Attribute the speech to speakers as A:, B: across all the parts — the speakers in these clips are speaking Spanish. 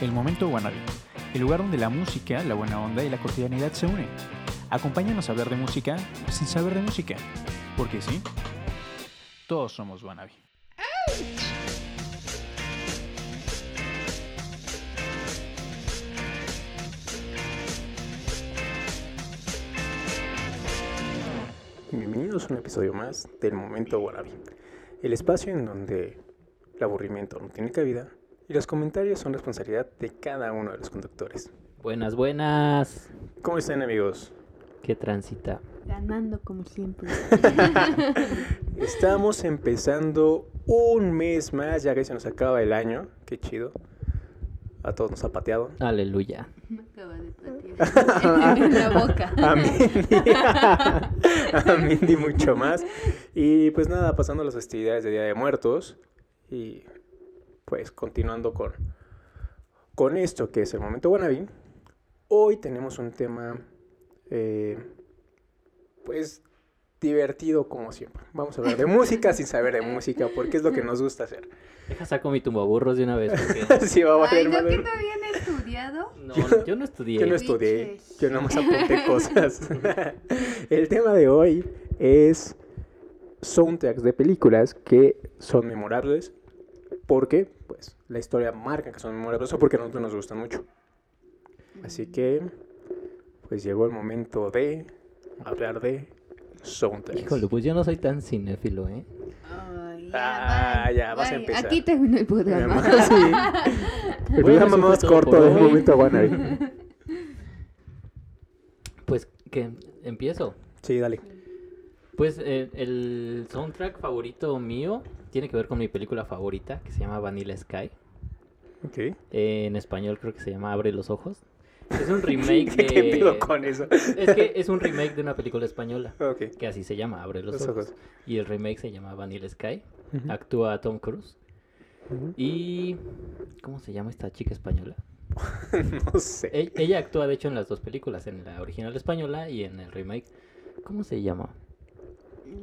A: El Momento Wannabe, el lugar donde la música, la buena onda y la cotidianidad se unen. Acompáñanos a hablar de música sin saber de música, porque sí, todos somos Wannabe.
B: Bienvenidos a un episodio más del Momento Guarabi, el espacio en donde el aburrimiento no tiene cabida y los comentarios son responsabilidad de cada uno de los conductores.
C: Buenas, buenas.
B: ¿Cómo están amigos?
C: Qué transita.
D: Ganando como siempre.
B: Estamos empezando un mes más, ya que se nos acaba el año, qué chido. A todos nos ha pateado.
C: Aleluya.
D: Me acaba de patear en la boca.
B: A Mindy. A Mindy mucho más. Y pues nada, pasando las festividades de Día de Muertos. Y pues continuando con, con esto que es el momento Wannabe. Hoy tenemos un tema eh, pues divertido como siempre. Vamos a hablar de música sin saber de música porque es lo que nos gusta hacer.
C: Deja saco mi tumbaburros de una vez. porque-
B: Así va a valer
D: Ay, ¿no
B: madre.
D: que te habían estudiado?
C: No, no, yo no estudié.
B: Yo no estudié,
D: Biches.
B: yo nomás apunté cosas. El tema de hoy es soundtracks de películas que son memorables porque pues la historia marca que son memorables o porque a nosotros nos gustan mucho. Así que pues llegó el momento de hablar de soundtracks.
C: Híjole, pues yo no soy tan cinéfilo, ¿eh?
D: Ay,
B: Ah,
D: bye,
B: ya, vas a
D: bye.
B: empezar.
D: Aquí terminó el programa.
B: Sí. El
C: Bueno,
B: programa
C: eso fue
B: más
C: todo por
B: corto del
C: hoy.
B: momento Wannabe.
C: Pues que empiezo.
B: Sí, dale.
C: Pues eh, el soundtrack favorito mío tiene que ver con mi película favorita, que se llama Vanilla Sky.
B: Ok.
C: Eh, en español creo que se llama Abre los ojos. Es un remake de...
B: ¿Qué pido con eso?
C: Es que es un remake de una película española,
B: Ok.
C: que así se llama, Abre los,
B: Los
C: ojos. Ah.
B: ojos.
C: Y el remake se llama Vanilla Sky.
B: Ujú.
C: Actúa Tom Cruise.
B: Ujú.
C: Y. ¿Cómo se llama esta chica española?
B: No sé.
C: E- ella actúa, de hecho, en las dos películas, en la original española y en el remake. ¿Cómo se llama?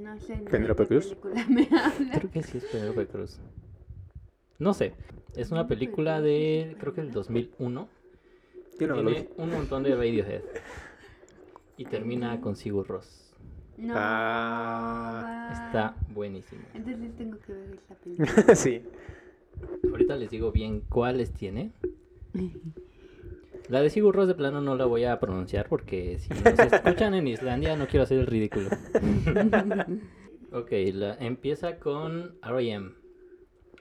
D: No sé. ni
B: ¿Penélope
D: de qué
B: Cruz?
D: película me habla.
C: Creo que sí es Penélope Cruz. No sé. Es una película de. Creo que el 2001.
B: Yo no me lo vi.
C: Tiene un montón de Radiohead. Y termina con Sigur Ross.
D: No.
B: Ah,
D: va.
C: Está buenísimo.
D: Entonces tengo que ver esa película.
B: sí.
C: Ahorita les digo bien cuáles tiene. La de Sigur Rós de plano no la voy a pronunciar porque si nos escuchan en Islandia no quiero hacer el ridículo. ok, la, empieza con R.E.M.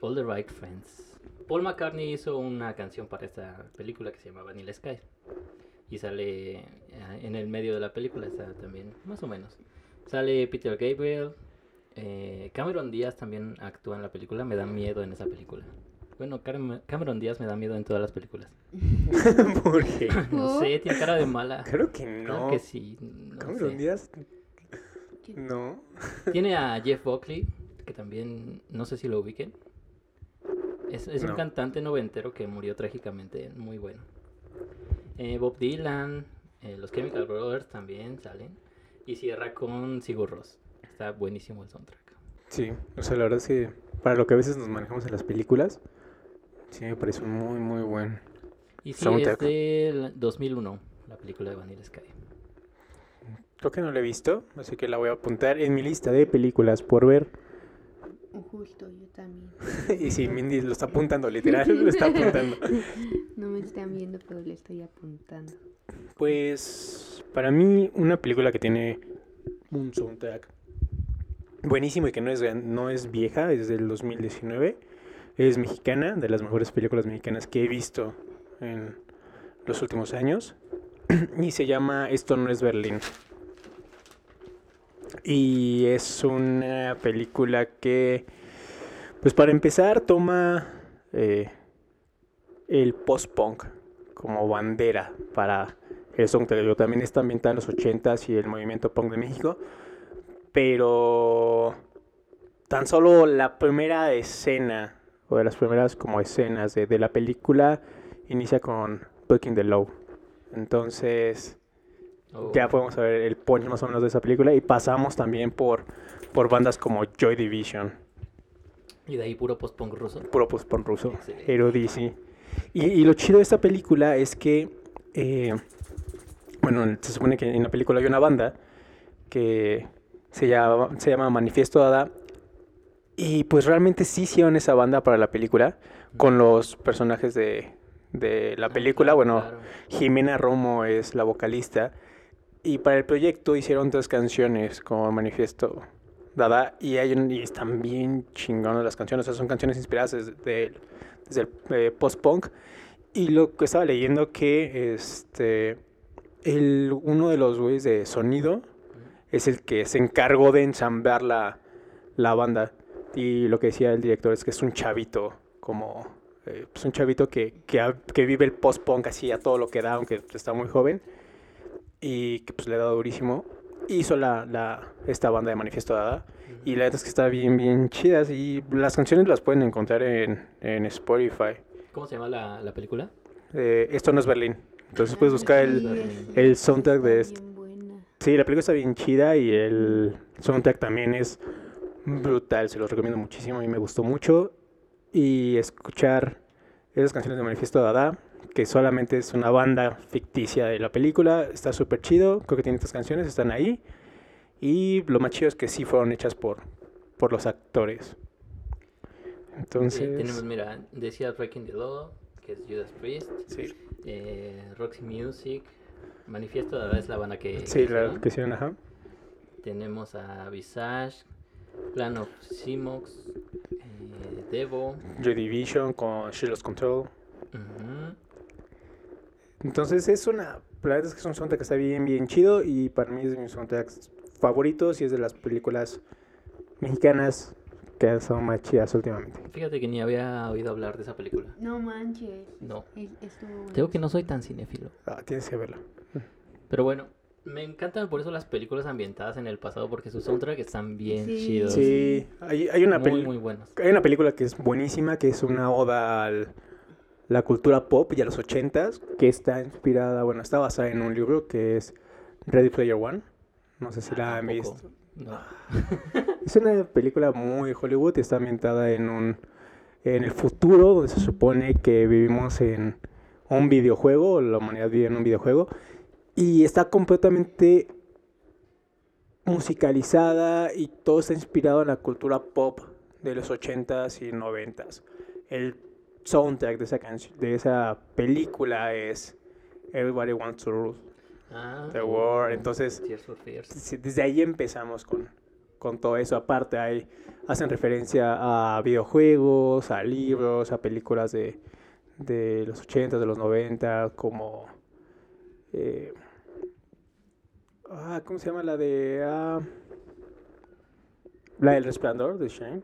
C: All the Right Friends. Paul McCartney hizo una canción para esta película que se llama Vanilla Sky. Y sale eh, en el medio de la película, está también, más o menos. Sale Peter Gabriel. eh, Cameron Díaz también actúa en la película. Me da miedo en esa película. Bueno, Carm- Cameron Díaz me da miedo en todas las películas.
B: Porque
C: No sé, tiene cara de mala.
B: creo que
C: Creo
B: no.
C: que sí. no
B: Cameron
C: sé.
B: Díaz, No.
C: Tiene a Jeff Buckley, que también no sé si lo ubiquen. Es, es
B: No.
C: un cantante noventero que murió trágicamente, muy bueno. Eh, Bob Dylan, eh, los Chemical Brothers también salen. Y cierra con Sigur Rós. Está buenísimo el soundtrack.
B: Sí, o sea, la verdad es que para lo que a veces nos manejamos en las películas, sí me parece muy, muy buen.
C: Y sí,
B: Soundtrack.
C: es del 2001, la película de Vanilla Sky.
B: Creo que no lo he visto, así que la voy a apuntar en mi lista de películas por ver.
D: Justo, yo también.
B: Y si Mindy lo está apuntando, literal, lo está apuntando.
D: No me están viendo, pero le estoy apuntando.
B: Pues para mí una película que tiene un soundtrack buenísimo y que no es, gran- no es vieja, es del 2019, es mexicana, de las mejores películas mexicanas que he visto en los últimos años y se llama Esto no es Berlín. Y es una película que, pues para empezar, toma eh, el post-punk como bandera para el soundtrack. Yo también está ambientada en los 80s y el movimiento punk de México. Pero tan solo la primera escena, o de las primeras como escenas de, de la película, inicia con Breaking the Law. Entonces
C: Oh,
B: ya pues. podemos saber el punch más o menos de esa película y pasamos también por, por bandas como Joy Division,
C: Oh, Y de ahí puro post-punk ruso.
B: puro post-punk ruso,
C: Excelente.
B: Erodici Y, y lo chido de esta película es que, eh, bueno, se supone que en la película hay una banda que se llama, se llama Manifiesto Dada. Y pues realmente sí hicieron esa banda para la película con los personajes de, de la película. Bueno,
C: Ah, Claro.
B: Jimena Romo es la vocalista. Y para el proyecto hicieron tres canciones como manifiesto Dada. Y, hay un- y están bien chingonas las canciones. O sea, son canciones inspiradas desde, el- desde el eh, post-punk. Y lo que estaba leyendo que este, el, uno de los güeyes de sonido es el que se encargó de ensamblar la, la banda. Y lo que decía el director es que es un chavito, como eh, pues un chavito que, que, ha- que vive el post-punk así a todo lo que da, aunque está muy joven, y que pues le ha dado durísimo. Hizo la, la, esta banda de Manifiesto Dada, y la verdad es que está bien, bien chidas. Y las canciones las pueden encontrar en, en Spotify.
C: ¿Cómo se llama la, la película?
B: Eh, esto no es Berlín, entonces puedes buscar el. el soundtrack de este. Sí, la película está bien chida y el soundtrack también es brutal, se los recomiendo muchísimo, a mí me gustó mucho. Y escuchar esas canciones de Manifiesto Dada, que solamente es una banda ficticia de la película, está súper chido, creo que tiene estas canciones, están ahí. Y lo más chido es que sí fueron hechas por, por los actores.
C: Sí, Eh, tenemos,
B: Entonces...
C: mira, decía Breaking the Law, que es Judas Priest,
B: Sí,
C: eh, Roxy Music, Manifiesto, la verdad es la banda que...
B: sí, la
C: hicieron.
B: que hicieron, ajá.
C: Tenemos a Visage, Clan of Simox, eh, Devo,
B: Joy Division con She Lost Control.
C: ujú,
B: Entonces es una, la verdad es que es un soundtrack que está bien, bien chido y para mí es de mis soundtracks favoritos y es de las películas mexicanas que han estado más chidas últimamente.
C: Fíjate que ni había oído hablar de esa película.
D: No manches.
C: No.
D: Es, estuvo bueno.
C: Tengo que no soy tan cinéfilo.
B: Ah, tienes que verla.
C: Pero bueno, me encantan por eso las películas ambientadas en el pasado, porque sus soundtracks están bien
D: Sí.
C: chidos.
B: Sí, hay, hay una
C: muy,
B: peli-
C: muy buenos.
B: hay una película que es buenísima, que es una oda a la cultura pop y a los ochentas, que está inspirada, bueno, está basada en un libro que es Ready Player One. No sé si la han
C: Tampoco.
B: visto.
C: No.
B: Es una película muy Hollywood, está ambientada en un en el futuro donde se supone que vivimos en un videojuego, o la humanidad vive en un videojuego y está completamente musicalizada y todo está inspirado en la cultura pop de los 80s y 90s. El soundtrack de esa canción de esa película es Everybody Wants to Rule
C: Ah,
B: The
C: oh,
B: War, entonces
C: Tears for Fears.
B: Sí, desde ahí empezamos con, con todo eso. Aparte, hay, hacen referencia a videojuegos, a libros, a películas de, de los 80, de los 90, como... eh, ah, ¿Cómo se llama la de... ah, la del resplandor de Shane?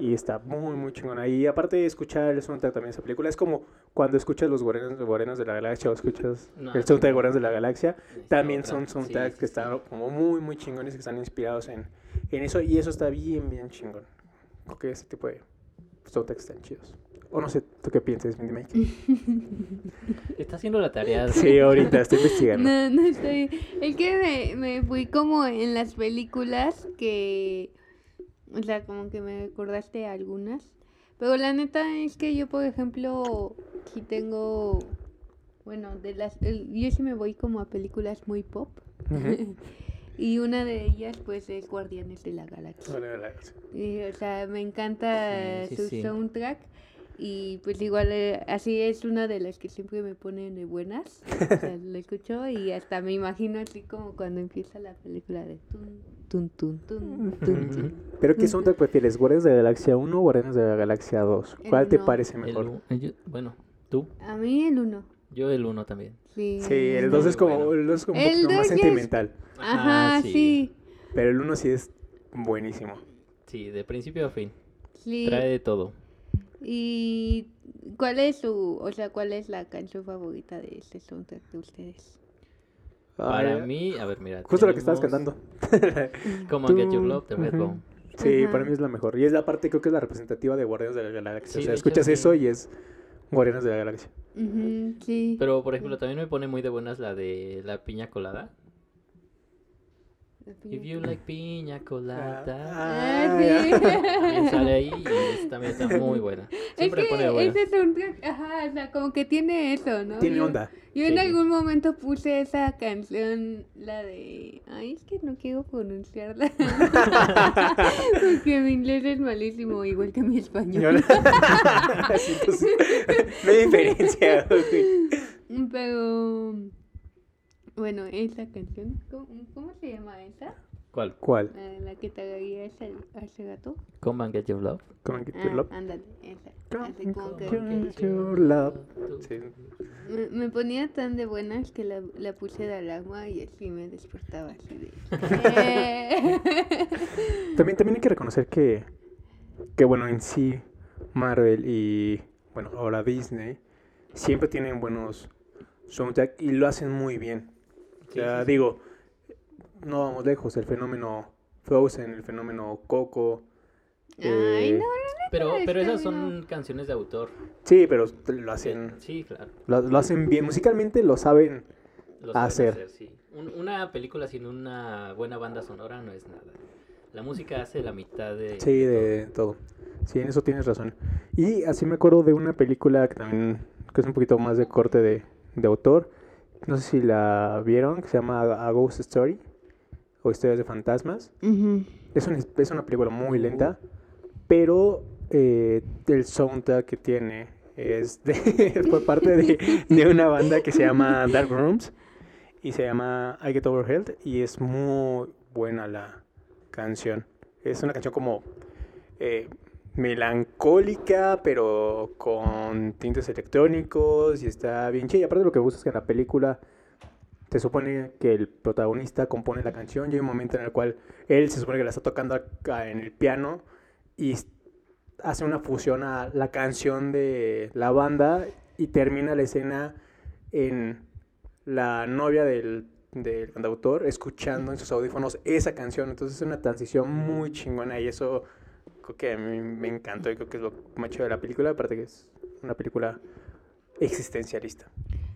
B: Y está muy, muy chingona. Y aparte de escuchar el soundtrack también de esa película, es como cuando escuchas los Guardianes, Guardianes de la Galaxia o escuchas
C: No,
B: el
C: sí.
B: soundtrack de Guardianes de la Galaxia,
C: Ahí está
B: también
C: Este, otra.
B: son
C: Sí,
B: soundtracks
C: sí,
B: que
C: sí.
B: están como muy, muy chingones, que están inspirados en, en eso. Y eso está bien, bien chingón. Porque ese tipo de soundtracks están chidos. O no sé, ¿tú qué piensas, Mindy Maker?
C: Está haciendo la tarea.
B: Sí, ahorita estoy investigando.
D: No, no estoy. Es que me, me fui como en las películas que. O sea, como que me recordaste algunas. Pero la neta es que yo, por ejemplo, sí tengo. Bueno, de las. el- Yo sí me voy como a películas muy pop.
B: Ujú.
D: Y una de ellas, pues, es Guardianes de la Galaxia.
B: Vale, vale, vale.
D: Y, o sea, me encanta
C: Sí, sí,
D: su
C: sí.
D: soundtrack. Y pues igual eh, así es una de las que siempre me ponen de buenas. O sea, lo escucho y hasta me imagino así como cuando empieza la película de tun, tun, tun, tun, tun, tun.
B: Pero ¿qué soundtrack prefieres? ¿Guardianes de la Galaxia 1 o Guardianes de la Galaxia 2?
D: El
B: ¿Cuál te
D: uno.
B: parece
C: El
B: mejor?
C: u- el yo- bueno, tú,
D: A mí el uno.
C: yo el uno también.
D: Sí.
B: Sí, el
C: dos
B: 2 es como,
C: Bueno.
B: el dos es como un
D: El
B: poquito más
D: dos es-
B: sentimental.
D: Ajá,
C: Ah,
D: sí.
B: Pero el 1 sí es buenísimo.
C: Sí, de principio a fin.
D: Sí.
C: Trae de todo.
D: ¿Y cuál es su, o sea, cuál es la canción favorita de este soundtrack de ustedes?
B: Ah,
C: Para mí, a ver, mira.
B: Justo lo que estabas
C: tenemos
B: cantando.
C: Come and Get Your
B: Tú,
C: Love de
B: ujú.
C: Redbone.
B: Sí,
D: Ajá.
B: para mí es la mejor. Y es la parte, creo que es la representativa de Guardianes de la Galaxia.
C: Sí,
B: o
C: de
B: sea,
C: hecho,
B: escuchas
C: sí.
B: eso y es Guardianes de la Galaxia.
D: Ujú, sí.
C: Pero, por ejemplo, también me pone muy de buenas la de la piña colada.
D: La
C: If
D: piña
C: you like piña colada.
D: Ah,
B: Ah,
D: sí.
C: También sale ahí y es- también está muy buena. Siempre
D: es que
C: pone buena.
D: ese soundtrack, ajá, o sea, como que tiene eso, ¿no?
B: Tiene
D: Yo-
B: onda.
D: Yo en
C: Sí.
D: algún momento puse esa canción, la de... Ay, es que no quiero pronunciarla. Porque mi inglés es malísimo, igual que mi
B: Yo
D: español.
B: no- Sí, pues, no hay diferencia, güey.
D: Pero... Bueno, esa canción, ¿cómo, cómo se llama esa?
C: ¿Cuál?
B: ¿Cuál?
D: Eh, La que te agarré hace, hace gato.
C: Come and get your love.
B: Come and get your
D: Ah,
B: love.
D: ándale, esa.
B: Come
D: Así como
B: and
D: que...
B: get your love.
D: ah.
B: Sí.
D: Me, me ponía tan de buenas que la, la puse de alarma y así me despertaba así de... "Eh".
B: También, también hay que reconocer que, que, bueno, en sí, Marvel y, bueno, ahora Disney, siempre tienen buenos soundtracks y lo hacen muy bien.
C: Sí,
B: ya
C: sí, sí.
B: digo, no vamos lejos, el fenómeno Frozen, el fenómeno Coco.
D: Ay,
B: eh,
D: no,
C: Pero,
D: Ay,
C: pero
D: está
C: esas son
D: bueno.
C: canciones de autor.
B: Sí, pero lo hacen,
C: Sí, claro.
B: lo, lo hacen bien, musicalmente lo saben.
C: Lo
B: A
C: saben
B: hacer.
C: sí. Un- una película sin una buena banda sonora no es nada. La música hace la mitad de...
B: Sí, de todo. Sí, en eso tienes razón. Y así me acuerdo de una película que también que es un poquito más de corte de, de autor. No sé si la vieron, que se llama A Ghost Story o Historias de Fantasmas. Es una, es una película muy lenta, pero eh, el soundtrack que tiene es de- por parte de, de una banda que se llama Dark Rooms y se llama I Get Over Health y es muy buena la canción. Es una canción como eh, melancólica, pero con tintes electrónicos y está bien chida. Y aparte lo que me gusta es que en la película se supone que el protagonista compone la canción y hay un momento en el cual él se supone que la está tocando acá en el piano y s- hace una fusión a la canción de la banda y termina la escena en la novia del, del cantautor escuchando en sus audífonos esa canción. Entonces es una transición muy chingona y eso creo que a mí me encantó y creo que es lo más chido de la película, aparte que es una película existencialista.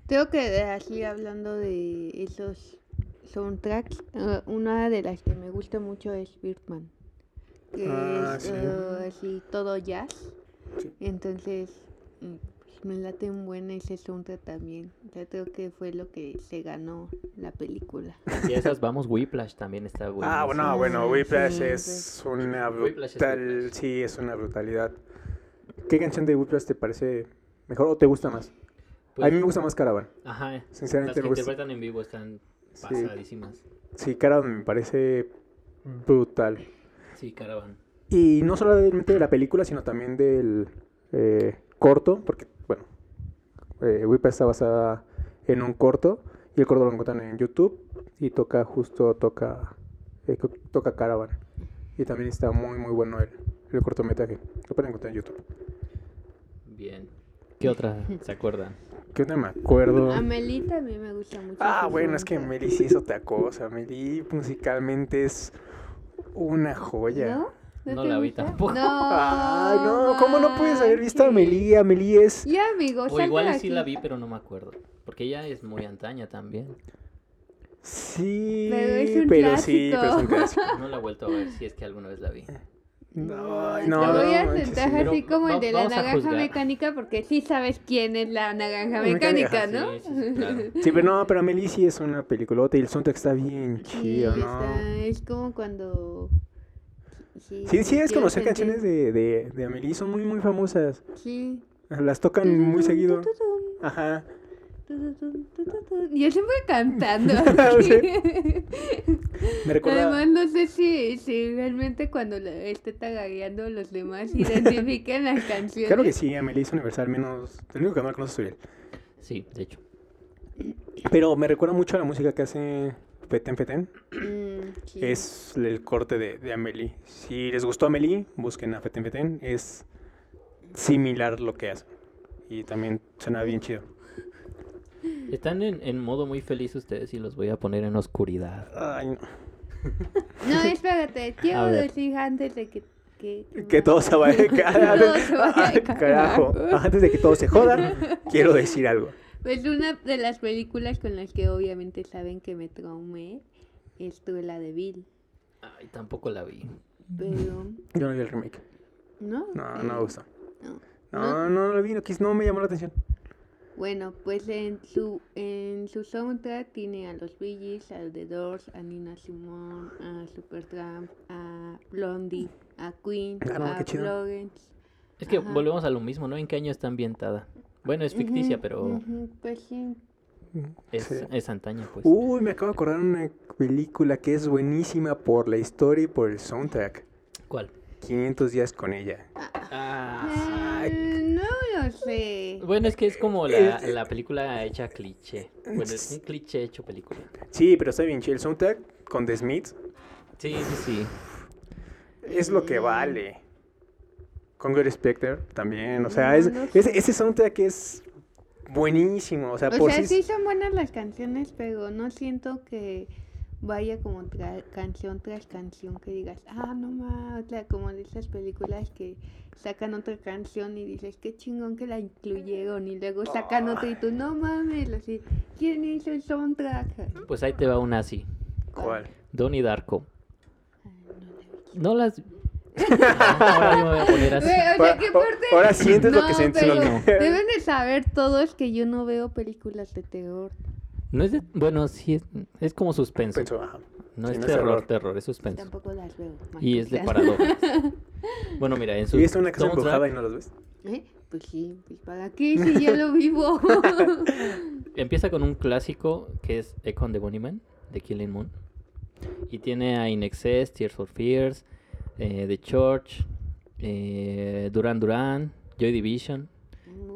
D: Tengo que de- así hablando de esos soundtracks, eh, una de las que me gusta mucho es Birdman. Que
B: Ah,
D: es
B: sí.
D: eh, así todo jazz.
B: Sí.
D: Entonces, mm, pues, me late un buen ese soundtrack también. Yo creo que fue lo que se ganó la película.
C: Y a esas vamos, Whiplash también está bueno.
B: Ah, bueno,
D: sí.
B: bueno,
D: Sí,
B: Whiplash
D: sí,
B: es una
C: Whiplash es
B: brutal,
C: Whiplash.
B: sí, es una brutalidad. ¿Qué canción de Whiplash te parece mejor o te gusta más?
C: Pues
B: a mí me gusta más Caravan,
C: Ajá. Las
B: sinceramente
C: que
B: me gusta.
C: interpretan en vivo están
B: Sí.
C: pasadísimas.
B: Sí, Caravan me parece brutal.
C: Sí, Caravan.
B: Y no solamente de la película, sino también del eh, corto, porque, bueno, eh, Whiplash está basada en un corto y el corto lo encuentran en YouTube y toca justo, toca, eh, creo que toca Caravan. Y también está muy, muy bueno el, el cortometraje. Lo pueden encontrar en YouTube.
C: Bien. ¿Qué otra se acuerdan?
B: Que no me acuerdo.
D: A Meli también Ah, me gusta mucho.
B: Ah,
D: su
B: bueno, es que
D: soundtrack.
B: Meli sí es otra cosa. Meli musicalmente es una joya.
D: ¿No?
C: No
D: te
C: la vi
D: gusta?
C: tampoco.
D: No.
B: Ay, no, ¿cómo no puedes haber visto a Meli? A Meli es...
D: Ya, amigo,
C: O
D: salte de
C: igual y sí
D: aquí.
C: la vi, pero no me acuerdo. Porque ella es muy antaña también.
B: Sí,
D: Pero es un
B: pero sí,
D: clásico.
B: pero es un clásico.
C: No la he vuelto a ver si es que alguna vez la vi.
B: No,
D: Ay,
B: no,
D: Te voy
B: no
D: a
B: manches,
D: sentar
B: sí.
D: así
C: Pero
D: como el
C: va-
D: de la
C: vamos a
D: naranja
C: juzgar.
D: mecánica porque sí sabes quién es la naranja
B: Mecánica,
D: mecánica, ¿Ah, ¿no?
C: Sí, sí, sí, claro.
B: Sí, pero no, pero Meli sí es una peliculota y el soundtrack está bien
D: Sí,
B: chido, ¿no?
D: está- es como cuando...
B: Sí, sí, es
D: quiero
B: conocer
D: sentir-
B: canciones de, de, de Amelie, son muy, muy famosas.
D: Sí.
B: Las tocan muy seguido. Ajá.
D: Yo siempre cantando.
B: Sí. Me recuerda.
D: Además, no sé si, si realmente cuando la- esté tagareando los demás identifiquen las canciones.
B: Claro que sí, Amelie es universal, menos. El único que no la conozco soy él.
C: Sí, de hecho.
B: Pero me recuerda mucho a la música que hace Petén Petén.
D: Mm, sí.
B: Es el corte de, de Amelie. Si les gustó Amelie, busquen a Feten Feten. Es similar lo que hacen. Y también suena bien chido.
C: Están en, en modo muy feliz ustedes y los voy a poner en oscuridad.
B: Ay, no.
D: No, espérate,
C: A
D: quiero
C: ver.
D: decir antes de que... Que,
B: Que todo se vaya de cara-
D: todo se vaya
B: Ay,
D: de
B: carajo.
D: carajo.
B: Antes de que todo se joda, quiero decir algo.
D: Pues una de las películas con las que obviamente saben que me traumé estuve la de Bill.
C: Ay, tampoco la vi.
D: Pero,
B: Yo no vi el remake.
D: ¿no? Este,
B: No, no me gustó.
D: No. Ah.
B: No, no, no lo vi, no, quis- no me llamó la atención.
D: Bueno, pues en su, en su soundtrack tiene a los Bee Gees, a The Doors, a Nina Simone, a Supertramp, a Blondie, a Queen,
B: Ah, no,
D: a
B: qué chido.
D: Florence.
C: Es que
D: Ajá.
C: volvemos a lo mismo, ¿no? ¿En qué año está ambientada? Bueno, es ficticia,
D: Ujú,
C: pero
D: ujú, pues sí.
C: es,
B: Sí.
C: es antaña, pues.
B: Uy, me acabo de acordar de una película que es buenísima por la historia y por el soundtrack.
C: ¿Cuál?
B: 500 días con ella.
D: Ah, no lo sé.
C: Bueno, es que es como la,
B: Eh, eh.
C: la película hecha cliché. Bueno, es un cliché hecho película.
B: Sí, pero está bien chido. El soundtrack con The Smith
C: Sí, sí, sí.
B: es lo que
D: Mm.
B: vale. Con Good Spectre también. O sea, es,
D: No lo sé.
B: ese, ese soundtrack es buenísimo. O sea,
D: O
B: por
D: sea,
B: sí.
D: sí son buenas las canciones, pero no siento que vaya como tra- canción tras canción que digas, ah, no más, o sea, como de esas películas que sacan otra canción y dices, qué chingón que la incluyeron, y luego sacan otra y tú, no mames, así, ¿quién hizo el soundtrack?
C: Pues ahí te va una así.
B: ¿Cuál?
C: Donnie Darko.
D: Ay, no la
C: No las...
D: vi.
C: Ahora yo me voy a poner así.
D: Güey, o sea, ¿qué
B: Ahora-
D: parte?
B: ahora sientes lo que
D: No,
B: sientes, lo
D: pero
B: que-
D: Deben de saber todos que yo no veo películas de terror.
C: No es de... Bueno, sí, es, es como suspenso.
B: Pensó, ajá.
C: No
B: Sí,
C: es terror, terror, es
D: y
C: suspenso.
D: Tampoco las veo.
C: Y es de
D: malditas.
C: paradojas. Bueno, mira, en su...
B: ¿Y viste una casa
C: soundtrack,
B: empujada y no los ves?
D: ¿Eh? Pues sí, pues para qué si ya lo vivo.
C: Empieza con un clásico que es Echo and the Bunnymen de Killing Moon. Y tiene a In Excess, Tears for Fears, eh, The Church, eh, Duran Duran, Joy Division.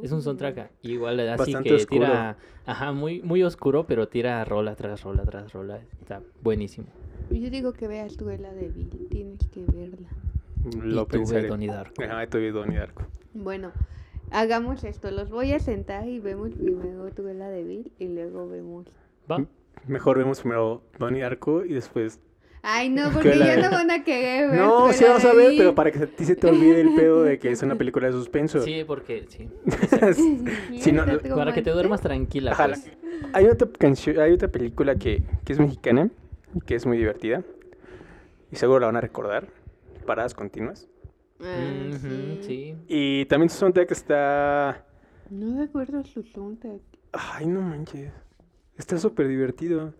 C: Es un soundtrack igual así
B: Bastante
C: que
B: oscuro.
C: tira... Ajá, muy, muy oscuro, pero tira rola tras rola tras rola. Está buenísimo.
D: Yo digo que veas tu la de Bill, tienes que verla.
B: Lo
C: y tú,
B: pensaré.
C: Donnie Darko.
B: Ajá, tuve Donnie Darko.
D: Bueno, hagamos esto, los voy a sentar y vemos primero tu la de Bill y luego vemos.
B: Mm,
C: Va.
B: Mejor vemos primero Donnie Darko y después...
D: Ay, no, porque
B: la
D: ya
B: de-
D: no van a querer ver.
B: No,
D: tu
B: sí
D: la
B: vas
D: de
B: a ver,
D: Bill.
B: pero para que a ti se te olvide el pedo de que es una película de suspenso.
C: Sí, porque... Sí.
B: Si no-
D: Está
C: Para que te
D: traumante.
C: duermas tranquila.
B: Ojalá.
C: pues.
B: Hay otra canción, hay otra película que, que es mexicana, que es muy divertida. Y seguro la van a recordar. Paradas continuas.
D: Ah,
C: Ujú,
D: sí.
C: sí.
B: Y también su soundtrack está.
D: No recuerdo su soundtrack.
B: Ay, no manches. Está súper divertido.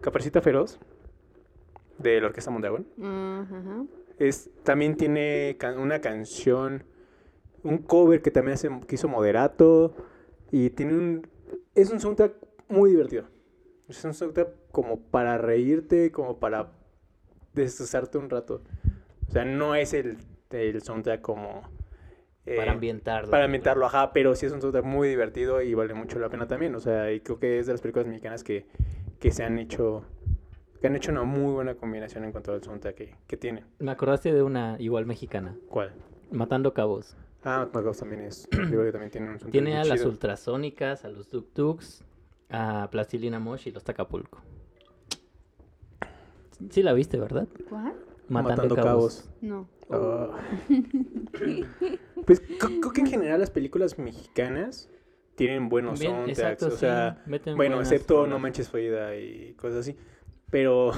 B: Caparcita Feroz, de la Orquesta Mondragón.
D: Ajá.
B: Es, también tiene can- una canción, un cover que también hace, que hizo Moderato. Y tiene un. Es un soundtrack muy divertido. Es un soundtrack como para reírte, como para destrozarte un rato. O sea, no es el, el soundtrack como. eh,
C: Para ambientarlo.
B: Para ambientarlo, ajá, pero sí es un soundtrack muy divertido y vale mucho la pena también. O sea, y creo que es de las películas mexicanas que, que se han hecho. que han hecho una muy buena combinación en cuanto al soundtrack que, que tiene.
C: Me acordaste de una igual mexicana,
B: ¿Cuál?
C: Matando Cabos.
B: Ah, Macos también es. Digo que también tiene un soundtrack
C: Tiene
B: muy
C: a las
B: chido.
C: ultrasónicas, a los Tuk Tuks, a Plastilina Mosh y los Tacapulco. Sí la viste, ¿verdad?
D: ¿Cuál?
C: Matando,
B: Matando
C: Cabos.
D: No.
B: Ah. pues creo creo que en general las películas mexicanas tienen buenos
C: Bien,
B: soundtracks.
C: exacto,
B: o
C: sí,
B: sea,
C: meten
B: bueno,
C: buenas
B: excepto No
C: rolas.
B: Manches Frida y cosas así. Pero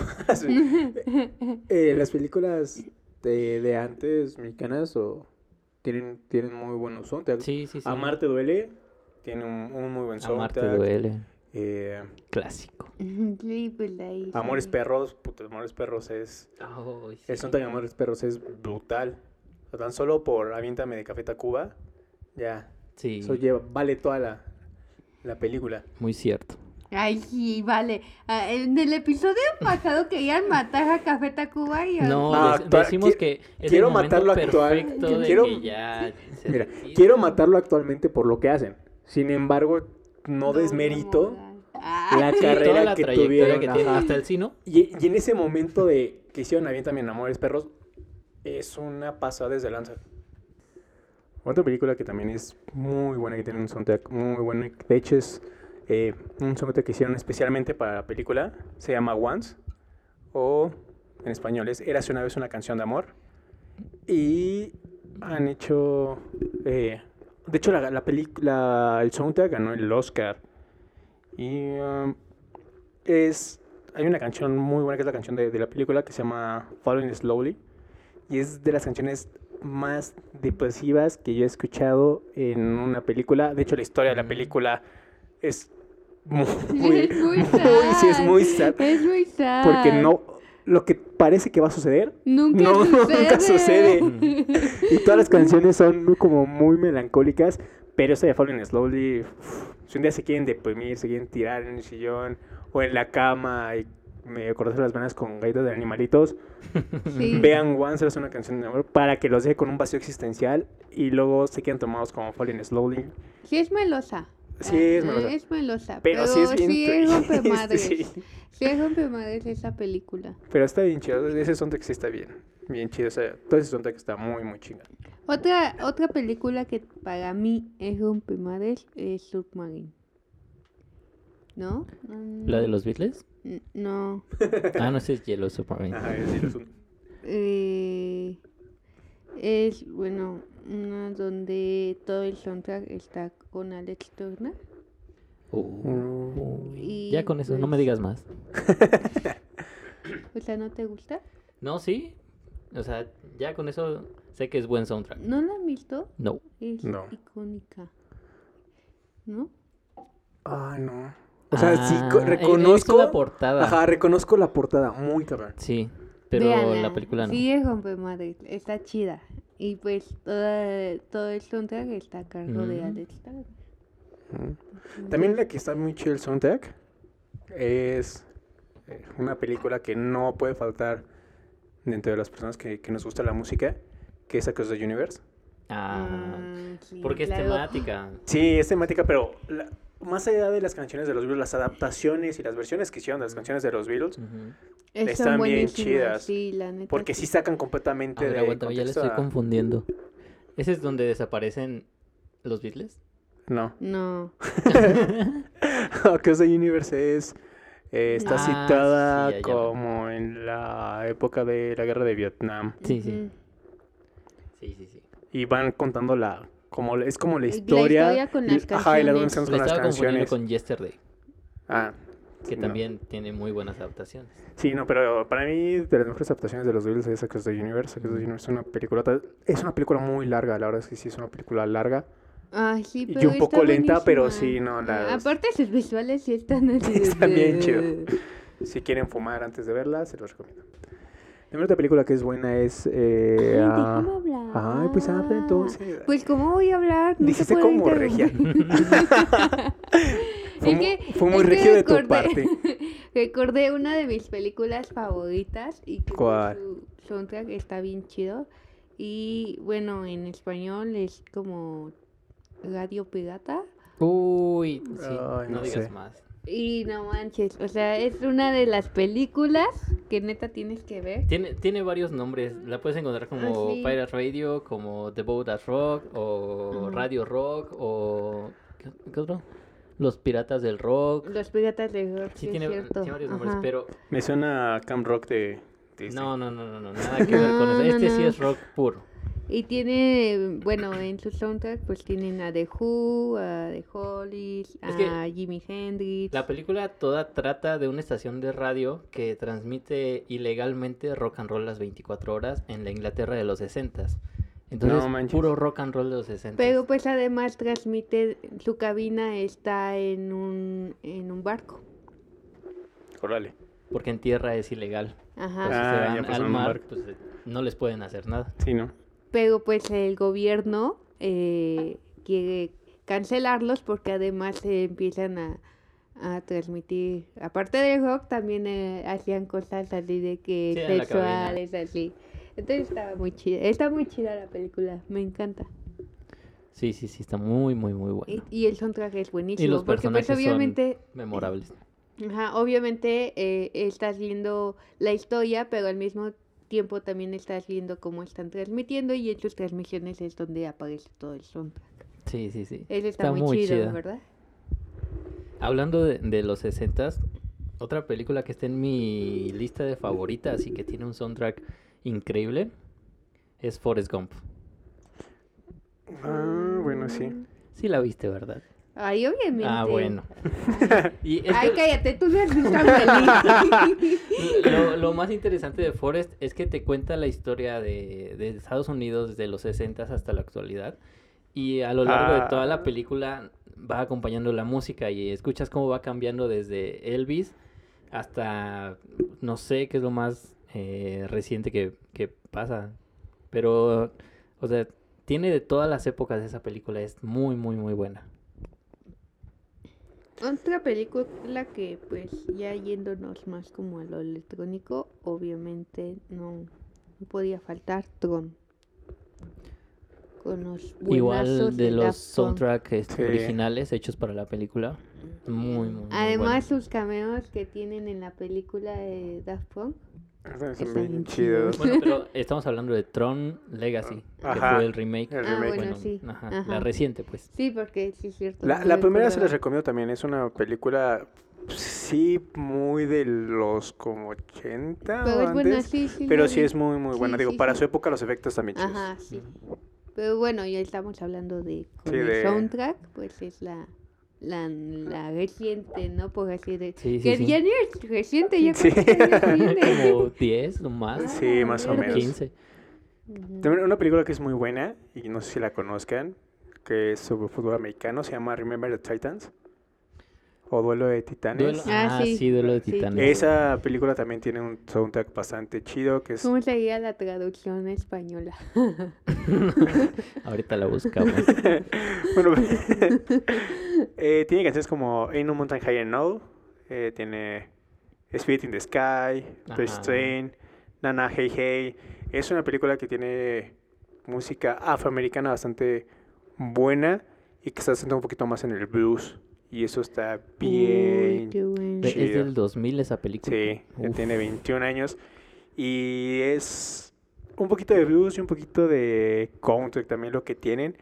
B: eh, las películas de, de antes mexicanas o tienen, tienen muy buenos soundtracks.
C: Sí, sí, sí.
B: Amarte duele tiene un, un muy buen soundtrack.
C: Amarte duele.
B: Eh,
C: Clásico.
D: Sí, pues de ahí.
B: Amores
D: sí.
B: perros, puta, Amores perros es
C: Ay, sí.
B: el soundtrack de Amores Perros es brutal. O sea, Tan solo por Aviéntame de Café Tacuba, ya.
C: Sí,
B: Eso lleva, vale toda la, la película.
C: muy cierto.
D: Ay, sí, vale. Ah, en el episodio pasado querían matar a Café Tacuba y a...
C: No,
B: Ah,
C: dec-
B: actua-
C: decimos
B: qui-
C: que es
B: quiero
C: el momento
B: matarlo actual.
C: perfecto de
B: Quiero-
C: que ya se
B: Mira,
C: retire.
B: quiero matarlo actualmente por lo que hacen. Sin embargo, no desmerito
D: no, ah,
B: la
C: Sí, toda
B: carrera
C: la
B: que
C: trayectoria
B: tuvieron.
C: que tiene
B: ajá.
C: hasta el sino.
B: Y, y en ese momento de que hicieron Aviéntame en Amores Perros, es una pasada desde lanza. Otra película que también es muy buena, que tiene un soundtrack muy bueno. De hecho, es eh, un soundtrack que hicieron especialmente para la película. Se llama Once, o en español es Érase una vez una canción de amor. Y han hecho. eh, de hecho, la, la película, el soundtrack ganó el Oscar. Y um, es hay una canción muy buena que es la canción de, de la película que se llama Falling Slowly. Y es de las canciones más depresivas que yo he escuchado en una película. De hecho, la historia de la película es muy,
D: Mm. es muy sad.
B: sí, es muy sad.
D: Es muy sad.
B: Porque no, lo que parece que va a suceder,
D: Ah. Nunca
B: no,
D: sucede.
B: nunca sucede. y todas las canciones son muy- como muy melancólicas, pero esta de Falling Slowly, uf, si un día se quieren deprimir, se quieren tirar en el sillón o en la cama y medio cortarse las venas con gaitas de animalitos,
D: Sí.
B: vean Once es una canción de amor para que los deje con un vacío existencial y luego se quedan tomados como Falling Slowly.
D: Sí es melosa.
B: Sí,
D: Ah,
B: es melosa.
D: Es melosa.
B: Pero, sí es bien
D: rompe
B: triste,
D: madres.
B: sí.
D: Sí es rompe madres esa película.
B: Pero está bien chido, ese soundtrack sí está bien, bien chido, o sea, todo ese soundtrack está muy, muy chingón.
D: Otra, otra película que para mí es rompemadres es Submarine. ¿No? Mm,
C: ¿La de los Beatles?
D: n- No.
C: Ah, no, ese es Yellow Submarine.
B: Ajá, sí, los-
D: Eh, es, bueno, una donde todo el soundtrack está con Alex Turner.
C: Uh,
D: Y
C: ya con eso, no me
D: pues-
C: digas más.
D: O sea, ¿no te gusta?
C: No, sí. O sea, ya con eso sé que es buen soundtrack.
D: ¿No la han visto?
C: No.
D: Es
B: No.
D: icónica. ¿No?
B: Ah, no. O sea, sí
C: Ah,
B: co-
C: he- he visto
B: reconozco.
C: la portada.
B: Ajá, reconozco la portada, muy cabrón.
C: Sí, pero
D: Véanla,
C: la película no.
D: Sí, es Rompe Madrid. Está chida. Y pues toda, todo el soundtrack está a cargo de
C: Mm.
D: Alex Turner.
B: También la que está muy chill el soundtrack es eh, una película que no puede faltar dentro de las personas que, que nos gusta la música, que es Across the Universe.
C: Ah,
D: Mm, sí,
C: porque es
D: claro.
C: temática.
B: Sí, es temática, pero la- más allá de las canciones de los Beatles, las adaptaciones y las versiones que hicieron de las canciones de los Beatles,
C: Ujú.
D: Están
B: Están bien
D: buenísimas,
B: chidas,
D: Sí, la neta.
B: porque sí sacan
C: A
B: completamente
C: ver,
B: de
C: aguántame, ya la
B: contexto
C: estoy
B: a-
C: confundiendo. ¿Ese es donde desaparecen los Beatles?
B: No.
D: No.
B: Across the Universe es, eh, está
C: Ah,
B: citada
C: sí, ya, ya.
B: como en la época de la guerra de Vietnam
C: Sí, sí.
D: Ujú.
C: Sí, sí, sí.
B: y van contando la como la- es como la
D: La
B: historia,
D: historia con las
B: ajá, y la
D: canciones.
B: relación
C: Lo
B: con las
C: estaba confundiendo
B: canciones
C: con Yesterday,
B: ah
C: que
B: no.
C: también tiene muy buenas adaptaciones.
B: sí no pero para mí de las mejores adaptaciones de los Beatles es Across the Universe
C: Mm.
B: Across the Universe es una película es una película muy larga la verdad es que sí es una película larga
D: Ah, sí,
B: Y
D: pero
B: un poco
D: está
B: lenta, pero
D: buenísima.
B: sí, no, la-
D: Ah, Aparte, sus visuales sí están así. de-
B: Están bien chido. si quieren fumar antes de verla se los recomiendo la otra película que es buena es eh,
D: Ay,
B: ah,
D: déjame hablar.
B: ay pues habla entonces
D: Pues, ¿cómo voy a hablar? No te
B: Dijiste
D: puedo
B: como regia.
D: interrumpir.
B: Fue,
D: Es
B: mu-
D: que-
B: fue muy
D: es que
B: regio de tu
D: recordé-
B: parte.
D: Recordé una de mis películas favoritas y que pues,
B: ¿Cuál?
D: su soundtrack está bien chido. Y bueno, en español es como Radio Pirata.
C: Uy, sí,
B: Ay,
C: no,
B: no
C: digas
B: sé.
C: más.
D: Y no manches, o sea, es una de las películas que neta tienes que ver.
C: Tiene, tiene varios nombres. La puedes encontrar como
D: Ah, sí.
C: Pirate Radio, como The Boat at Rock, o
D: Ajá.
C: Radio Rock, o. ¿Qué, qué otro? Los Piratas del Rock.
D: Los Piratas de Rock,
C: Sí,
D: sí es
C: tiene,
D: cierto.
C: tiene varios nombres,
D: Ajá.
C: pero.
B: Me suena a Camp Rock de. de
C: No, no, no, no, no, nada que ver con
D: No,
C: eso.
D: no,
C: Este sí
D: no.
C: es rock puro.
D: Y tiene, bueno, en su soundtrack pues tienen a The Who, a The Hollies,
C: Es que
D: a Jimi Hendrix.
C: La película toda trata de una estación de radio que transmite ilegalmente rock and roll las 24 horas en la Inglaterra de los 60. Entonces,
B: No manches.
C: puro rock and roll de los 60.
D: Pero pues además transmite, su cabina está en un, en un barco.
B: Órale.
C: Porque en tierra es ilegal.
D: Ajá.
C: Entonces,
B: Ah,
C: Pues se
B: ya
C: van
B: pasaron
C: al
B: un
C: mar,
B: barco.
C: pues eh, no les pueden hacer nada.
B: Sí, ¿no?
D: Pero pues el gobierno eh, quiere cancelarlos porque además se empiezan a, a transmitir, aparte del rock, también eh, hacían cosas así de que
C: Sí, en la cabina.
D: sexuales, así. Entonces estaba muy chida, está muy chida la película, me encanta.
C: Sí, sí, sí, está muy, muy, muy
D: Y,
C: bueno.
D: y el soundtrack es buenísimo.
C: Y los
D: porque pues
C: personajes
D: obviamente,
C: son memorables.
D: ajá, obviamente eh, estás viendo la historia, pero al mismo tiempo también estás viendo cómo están transmitiendo y en sus transmisiones es donde aparece todo el soundtrack.
C: Sí, sí, sí.
D: Eso está,
C: Está
D: muy,
C: muy
D: chido,
C: chida.
D: ¿verdad?
C: Hablando de, de los 60 otra película que está en mi lista de favoritas y que tiene un soundtrack increíble es Forrest Gump.
B: Ah, bueno, sí.
D: Mm.
C: Sí la viste, ¿verdad?
D: Ay, obviamente.
C: Ah, bueno. Y es
D: Ay,
C: que
D: cállate, tú no has visto a Amelie.
C: lo, lo más interesante de Forrest es que te cuenta la historia de, de Estados Unidos desde los 60 hasta la actualidad. Y a lo largo de toda
B: Ah.
C: la película va acompañando la música y escuchas cómo va cambiando desde Elvis hasta no sé qué es lo más eh, reciente que, que pasa. Pero, o sea, tiene de todas las épocas de esa película. Es muy, muy, muy buena.
D: Otra película que, pues, ya yéndonos más como a lo electrónico, obviamente no, no podía faltar Tron. Con los buenazos
C: Igual de los
D: Daft Punk.
C: soundtracks este,
B: Sí.
C: originales hechos para la película. Muy, muy, muy
D: Además,
C: bueno.
D: sus cameos que tienen en la película de Daft Punk.
B: Son
D: Están
B: bien
D: bien chidos.
B: chidos.
C: Bueno, pero estamos hablando de Tron Legacy,
B: Ajá.
C: que fue el remake.
B: El
D: Ah,
B: remake.
D: bueno, sí.
C: ajá,
D: Ajá.
C: La reciente, pues.
D: Sí, porque sí es cierto.
B: La,
D: no
B: la
D: me
B: primera se les
D: acordaba.
B: recomiendo también, es una película, pues, sí, muy de los como 80
D: Pero
B: o
D: es buena,
B: antes,
D: sí, sí.
B: pero
D: la
B: sí
D: vi.
B: es muy, muy
D: Sí,
B: buena. Digo,
D: sí,
B: para
D: sí.
B: su época los efectos también chidos.
D: Ajá, sí. Pero bueno, ya estamos hablando de con
B: Sí,
D: el
B: de-
D: soundtrack, pues es la, la, la reciente, ¿no? Por así de...
C: Sí, sí,
D: que
C: sí.
D: ya ni es reciente, ya
B: Sí.
D: cuántos años tiene.
C: Como 10 o más.
B: Sí, más o
D: Pero
B: menos.
C: 15.
D: Ujú.
B: También una película que es muy buena, y no sé si la conozcan, que es sobre fútbol americano, se llama Remember the Titans, o Duelo de Titanes.
C: Duelo-
D: Ah,
C: ah,
D: sí.
C: sí. Duelo de
D: Sí.
C: Titanes.
B: Esa película también tiene un soundtrack bastante chido, que es...
D: ¿Cómo sería la traducción española?
C: Ahorita la buscamos.
B: bueno, eh, tiene canciones como Ain't No Mountain High and No, eh, tiene Spirit in the Sky, First
C: Ajá.
B: Train, Nana Hey Hey. Es una película que tiene música afroamericana bastante buena y que está haciendo un poquito más en el blues. Y eso está
D: Uy,
B: bien
D: qué bueno.
C: Ve, es
B: Chido.
C: del 2000 esa película.
B: Sí, él
C: Uf.
B: tiene 21 años y es un poquito de blues y un poquito de country también lo que tienen.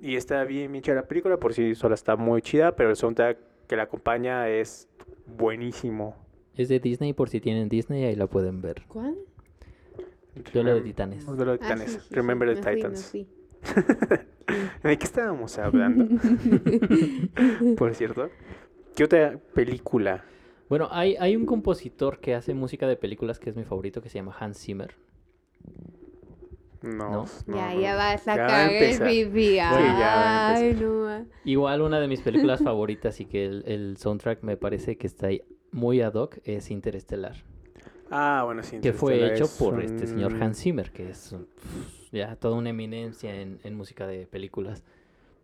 B: Y está bien, bien chida la película, por sí sola está muy chida, pero el soundtrack que la acompaña es buenísimo.
C: Es de Disney, por si tienen Disney, ahí la pueden ver.
D: ¿Cuál?
C: Duelo de
B: Remem-
C: Titanes.
B: Duelo de
D: Ah, sí,
B: Titanes.
D: sí, sí,
B: Remember
D: me
B: the
D: fui, me
B: Titans.
D: fui.
B: ¿De qué estábamos hablando? por cierto. ¿Qué otra película?
C: Bueno, hay, hay un compositor que hace música de películas que es mi favorito, que se llama Hans Zimmer.
B: No.
C: No.
B: no,
D: ya,
B: no.
D: ya va a
B: va a
D: sacar el
B: empezar.
D: pipi.
B: va a
D: Ay, no. ma.
C: Igual una de mis películas favoritas y que el, el soundtrack me parece que está ahí muy ad hoc es Interestelar,
B: Ah, bueno, sí.
C: que fue
B: Interstellar
C: hecho
B: es
C: por este señor
B: un-
C: Hans Zimmer, que es pff, ya toda una eminencia en, en música de películas.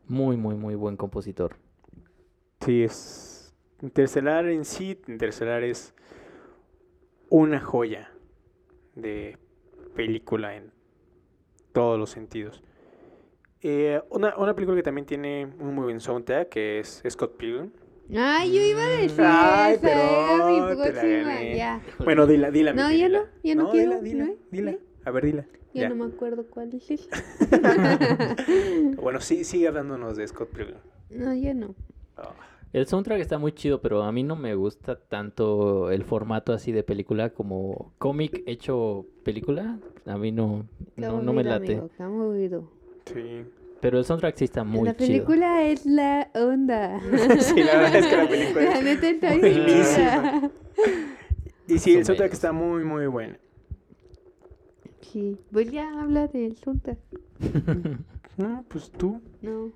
C: Muy, muy, muy buen compositor.
B: Sí, es. Interstellar en sí, Interstellar es una joya de película en todos los sentidos. Eh, una, una película que también tiene un muy buen soundtrack que es Scott Pilgrim.
D: Ay, yo iba a decir
B: Ay,
D: esa, era mi
B: pero te la
D: próxima.
B: gané.
D: Ya,
B: Bueno, dila, dila.
D: No,
B: Miki,
D: ya
B: dila.
D: no, ya no quiero,
B: Dila, dila,
D: ¿no?
B: dila.
D: ¿No?
B: A ver, dila.
D: ya
B: ya.
D: no me acuerdo cuál es esa.
B: Bueno, sí, sigue hablándonos de Scott Pilgrim.
D: No, ya no.
B: Ah,
C: El soundtrack está muy chido, pero a mí no me gusta tanto el formato así de película como cómic hecho película. A mí no,
D: Qué
C: no, no me
D: aburrido,
C: late.
D: amigo, qué aburrido.
B: sí.
C: Pero el soundtrack sí está muy
D: la
C: chido.
D: película es la onda.
B: Sí, la verdad es que la película
D: La
B: es
D: neta está bien
B: buenísima.
D: chida.
B: Y sí, el
C: Más o
B: soundtrack
C: menos.
B: está muy, muy bueno.
D: Sí, pues ya habla del Sulta.
B: No, pues tú.
D: No.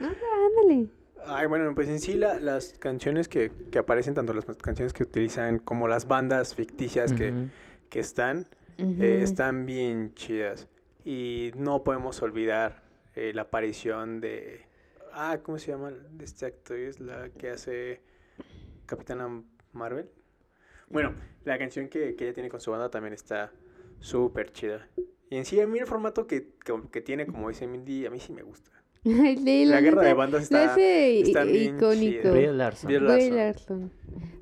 D: No, no, ándale.
B: Ay, bueno, pues en sí la- las canciones que, que aparecen, tanto las canciones que utilizan como las bandas ficticias que,
C: Ujú.
B: que están, eh, están bien chidas. Y no podemos olvidar eh, la aparición de... Ah, ¿cómo se llama de este actor? Es la que hace Capitana Marvel. Bueno, la canción que, que ella tiene con su banda también está súper chida. Y en sí, a mí el formato que, que, que tiene, como dice Mindy, a mí sí me gusta.
D: Ay, sí,
B: La guerra de
D: neta,
B: bandas
D: lo
B: está...
D: hace
B: está
D: i-
B: bien
D: icónico.
B: chido.
C: Brie Larson.
B: Brie
D: Brie
B: Larson.
D: Larson.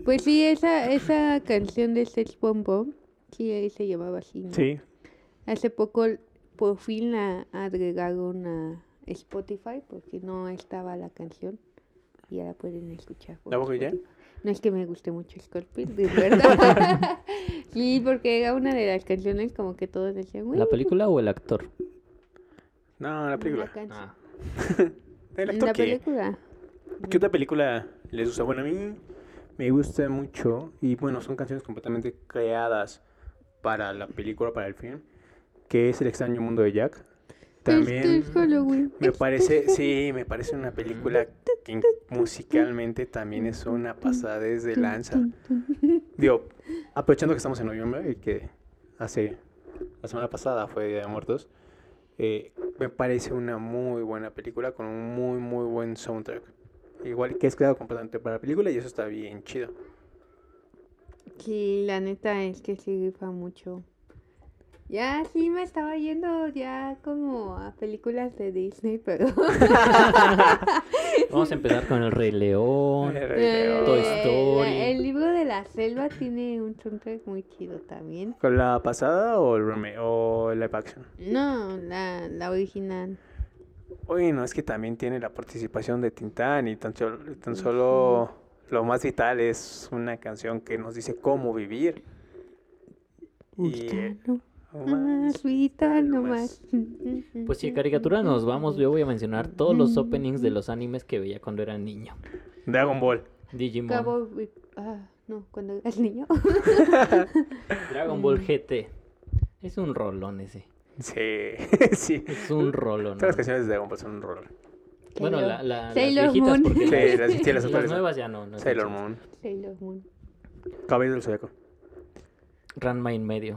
D: Pues sí, esa, esa canción de Sex Bomb Bomb, sí, ahí se llamaba así. ¿no?
B: Sí,
D: Hace poco por fin la agregaron a Spotify porque no estaba la canción y ahora pueden escuchar. por
B: ¿La poco ya?
D: Spotify. No es que me guste mucho Scorpion, de verdad. sí, porque era una de las canciones como que todos decían, "Uy,
C: ¿La película o el actor?
D: Ah.
B: No, la película. Ah.
D: canción".
B: El
D: en
B: actor
D: la
B: que...
D: película.
B: ¿Qué otra película les gusta? Bueno, a mí me gusta mucho y bueno, son canciones completamente creadas para la película, para el film, que es El extraño mundo de Jack.
D: Este
B: También
D: es Halloween.
B: me parece, sí, me parece una película que musicalmente también es una pasada desde lanza. Digo, aprovechando que estamos en noviembre y que hace la semana pasada fue Día de Muertos, eh, me parece una muy buena película con un muy, muy buen soundtrack. Igual que es creado completamente para la película y eso está bien chido.
D: Sí, la neta es que sí rifa mucho. Ya sí me estaba yendo ya como a películas de Disney, pero
C: Vamos a empezar con El Rey León. Toy
D: Eh,
C: Story.
D: la- el libro de la selva tiene un soundtrack muy chido también.
B: ¿Con la pasada o el remake o el live action?
D: No, la, la original.
B: Bueno, es que también tiene la participación de Tintán y tan, sol- tan solo lo más vital es una canción que nos dice cómo vivir. Y, eh,
D: Gitano,
B: lo
D: ah,
B: más
D: suita
B: vital, lo
D: nomás.
C: Pues si de caricatura nos vamos, yo voy a mencionar todos los openings de los animes que veía cuando era niño.
B: Dragon Ball.
C: Digimon,
D: Cabo Ri- ah, no, cuando eras niño.
C: Dragon Ball GT. Es un rolón ese.
B: Sí, sí.
C: Es un rolón.
B: Todas las
C: ¿no?
B: canciones de Dragon Ball son un rol.
C: Bueno,
D: Sailor-
C: la, la, las
D: Sailor
C: viejitas,
D: Moon.
C: porque
B: Sí, las,
C: las,
B: sí, las
C: las
B: otras
C: nuevas ya no. no están
B: Sailor
C: chidas.
B: Moon,
D: Sailor Moon.
B: Cabello del Zodiaco.
C: Ranma en medio.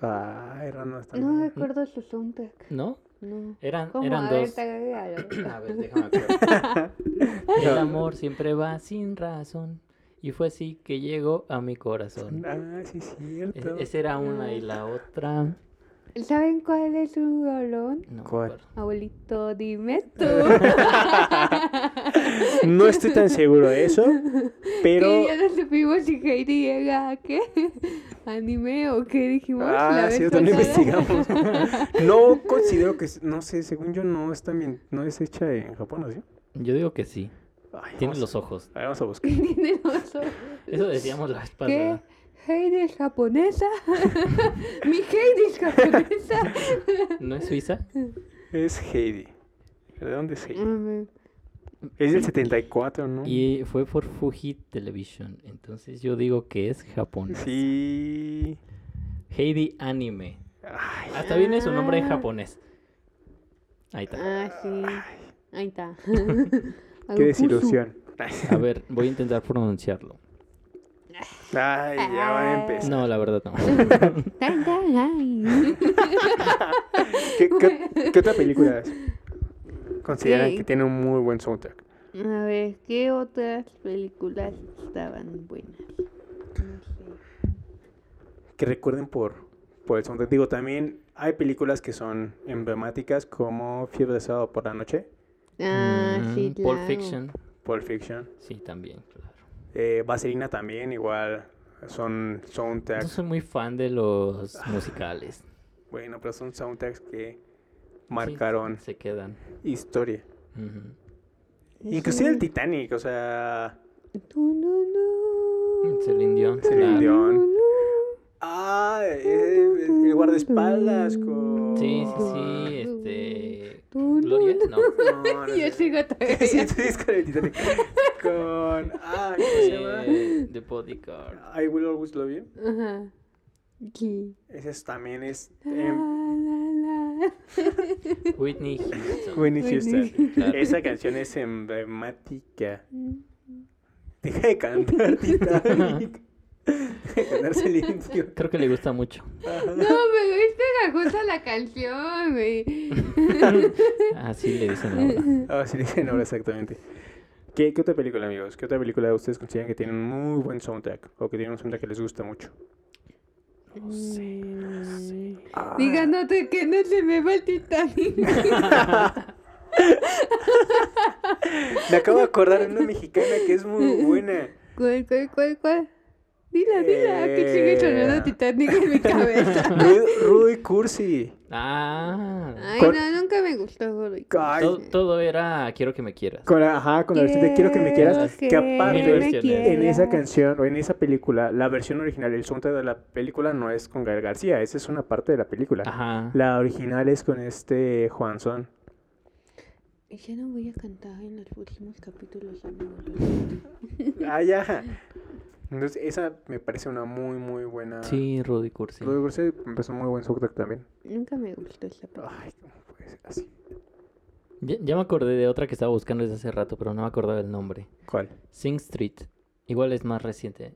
B: Ay, Rana
D: No
B: también.
D: recuerdo su soundtrack.
C: ¿no?
D: No.
C: Eran,
D: ¿Cómo?
C: eran
D: a
C: dos.
D: ver, tagréalo.
C: A ver, déjame acordar. El amor siempre va sin razón. Y fue así que llegó a mi corazón.
B: Ah, sí, es
C: Es-
B: cierto.
C: esa era una y la otra.
D: ¿Saben cuál es un rolón?
C: No,
B: ¿Cuál?
C: perdón.
D: Abuelito, dime tú.
B: No estoy tan seguro de eso, pero.
D: Que ya no supimos si Heidi llega a qué anime o qué dijimos. la
B: Ah,
D: vez
B: cierto, no
D: pasada.
B: investigamos. No considero que. No sé, según yo, no está bien. No es hecha en Japón, ¿o sí?
C: Yo digo que sí.
B: Ay,
C: Tiene
B: vamos
C: los
B: a-
C: ojos.
B: a ver, vamos a buscar.
D: Tiene los ojos.
C: Eso decíamos la vez
D: ¿Qué?
C: pasada.
D: Heidi es japonesa. Mi Heidi es japonesa.
C: ¿No es Suiza?
B: Es Heidi. ¿De dónde es Heidi?
D: Mm,
B: Es del 74, ¿no?
C: Y fue por Fuji Television. Entonces yo digo que es Japón.
B: Sí.
C: Heidi Anime.
B: Ay,
C: Hasta viene su nombre en
D: Ah.
C: japonés. Ahí está.
D: ah, sí. Ahí está.
B: qué desilusión.
C: A ver, voy a intentar pronunciarlo.
B: Ay, ya va
D: Ah.
B: a empezar.
C: No, la verdad no.
D: Tan, tan, ay.
B: ¿Qué, qué, qué otra película es? Consideran
D: Sí.
B: que tiene un muy buen soundtrack.
D: A ver, ¿qué otras películas estaban buenas? No sé.
B: Que recuerden por, por el soundtrack. Digo, también hay películas que son emblemáticas como Fiebre de Sábado por la Noche,
D: Ah, sí,
C: Mm, Pulp
D: claro.
C: Fiction.
B: Pulp Fiction,
C: Sí, también, claro.
B: eh, Vaselina también, igual son soundtracks.
C: No soy muy fan de los musicales.
B: Bueno, pero son soundtracks que marcaron
C: Sí, se quedan.
B: historia.
C: Ujú.
B: Inclusive el Titanic, o sea...
D: Tu, nu, nu,
C: Celine Dion,
D: tu,
B: Celine
D: nu,
B: Dion.
D: nu.
B: Ah, eh, el guardaespaldas con...
C: Sí, sí, sí. Este.
D: Tú,
C: Gloria,
D: tú,
C: no.
B: No, no
D: Yo
B: sé.
D: sigo
B: Sí, sí,
D: todavía.
B: sí, es con el Titanic. Con. Ah, ¿cómo se llama?
C: eh, The Bodyguard.
B: I Will Always Love You.
D: Ajá. Sí.
B: Ese es- también es.
D: La,
B: em,
D: la, la.
C: Whitney Houston.
B: Whitney Houston.
C: Claro.
B: Esa canción es emblemática. Deja de cantar Titanic. Deja de cantar Celine Dion.
C: Creo que le gusta mucho.
D: No, pero es pegajosa la canción, güey.
C: Así le dicen ahora.
B: Ah, sí, dicen ahora exactamente. ¿Qué, ¿Qué otra película, amigos? ¿Qué otra película ustedes consideran que tiene un muy buen soundtrack? O que tiene un soundtrack que les gusta mucho.
C: No sé, no sé.
D: Díganote que no se me va el Titanic.
B: Me acabo de acordar de una mexicana que es muy buena.
D: ¿Cuál, cuál, cuál, cuál? Dila, dila, que
B: Eh.
D: sigue sonando Titanic en mi cabeza.
B: Rudy, Rudy Cursi.
C: Ah.
D: Ay,
B: Con-
D: no, nunca me gustó Godoy.
B: Ay,
C: to- todo era Quiero que me quieras.
B: Con la, ajá, con la versión de Quiero que me quieras. Que,
D: Quiero
C: Mil
B: aparte,
D: me
C: versiones.
B: en esa
D: quieras.
B: canción o en esa película, la versión original, el soundtrack de la película no es con Gael García, esa es una parte de la película.
C: Ajá.
B: La original es con este Juanzón.
D: Ya no voy a cantar en los últimos capítulos, amigo.
B: Ah, ya. Entonces, esa me parece una muy, muy buena.
C: Sí, Rudy Cursi.
B: Lo de Grosset me parece un muy buen soundtrack también.
D: Nunca me gustó
C: Ah,
D: esa película.
B: Ay, ¿cómo puede ser así?
C: Ya, ya me acordé de otra que estaba buscando desde hace rato, pero no me acordaba el nombre.
B: ¿Cuál?
C: Sing Street. Igual es más reciente.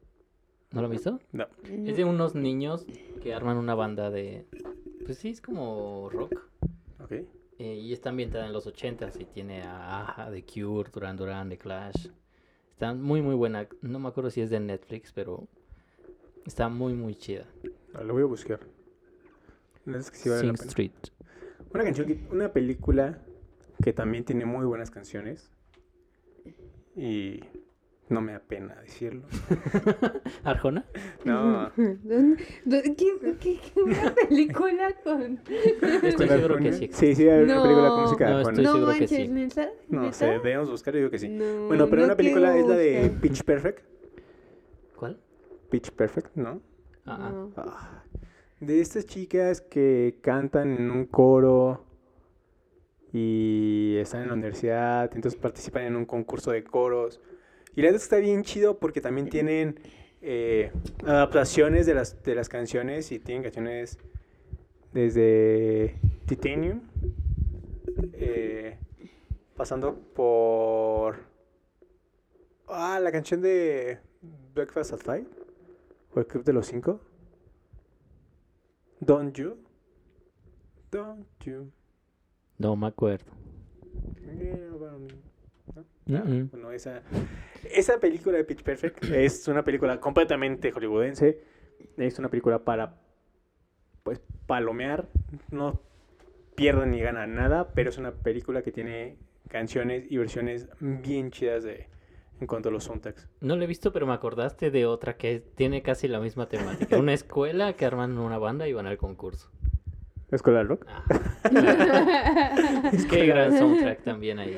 C: ¿No lo has visto?
B: No.
D: No.
C: Es de unos niños que arman una banda de... Pues sí, es como rock.
B: Ok.
C: Eh, y está ambientada en los 80 y tiene a Aja, The Cure, Duran Duran, The Clash. Está muy, muy buena. No me acuerdo si es de Netflix, pero está muy, muy chida.
B: No, ah, lo voy a buscar. La verdad Es que sí vale la
C: Sing
B: pena.
C: Street.
B: Una canción, que- una película que también tiene muy buenas canciones. Y no me apena decirlo.
C: ¿Arjona?
B: No.
D: ¿Dónde- dónde- ¿Qué, qué, qué una película con.?
C: Estoy
B: ¿Con
C: seguro que
B: Arjona?
C: sí.
B: Sí, sí, hay una
D: No.
B: película con música de
C: No,
B: Arjona.
C: estoy
D: no
C: seguro que
D: manches,
C: sí.
D: ¿neta?
B: No sé,
D: ¿Neta?
B: debemos buscar, yo digo que sí.
D: No,
B: bueno, pero
D: no
B: una película
D: quiero
B: es la de
D: buscar.
B: Pitch Perfect.
C: ¿Cuál?
B: Pitch Perfect, ¿no?
C: Ah, ah.
D: No.
B: Ah, De estas chicas que cantan en un coro y están en la universidad, entonces participan en un concurso de coros. Y la verdad es que está bien chido porque también tienen eh, adaptaciones de las, de las canciones y tienen canciones desde Titanium, eh, pasando por... Ah, la canción de Breakfast at Five, o el Club de los Cinco. Don't you? Don't you?
C: No me acuerdo.
B: care about me? ¿No?
C: Mm-mm.
B: Bueno, esa, esa película de Pitch Perfect es una película completamente hollywoodense. Es una película para, pues, palomear. No pierden ni ganan nada, pero es una película que tiene canciones y versiones bien chidas de, en cuanto a los soundtracks.
C: No lo he visto, pero me acordaste de otra que tiene casi la misma temática. Una escuela que arman una banda y van al concurso.
B: ¿Escolar Rock?
C: Ah, qué gran soundtrack también ahí.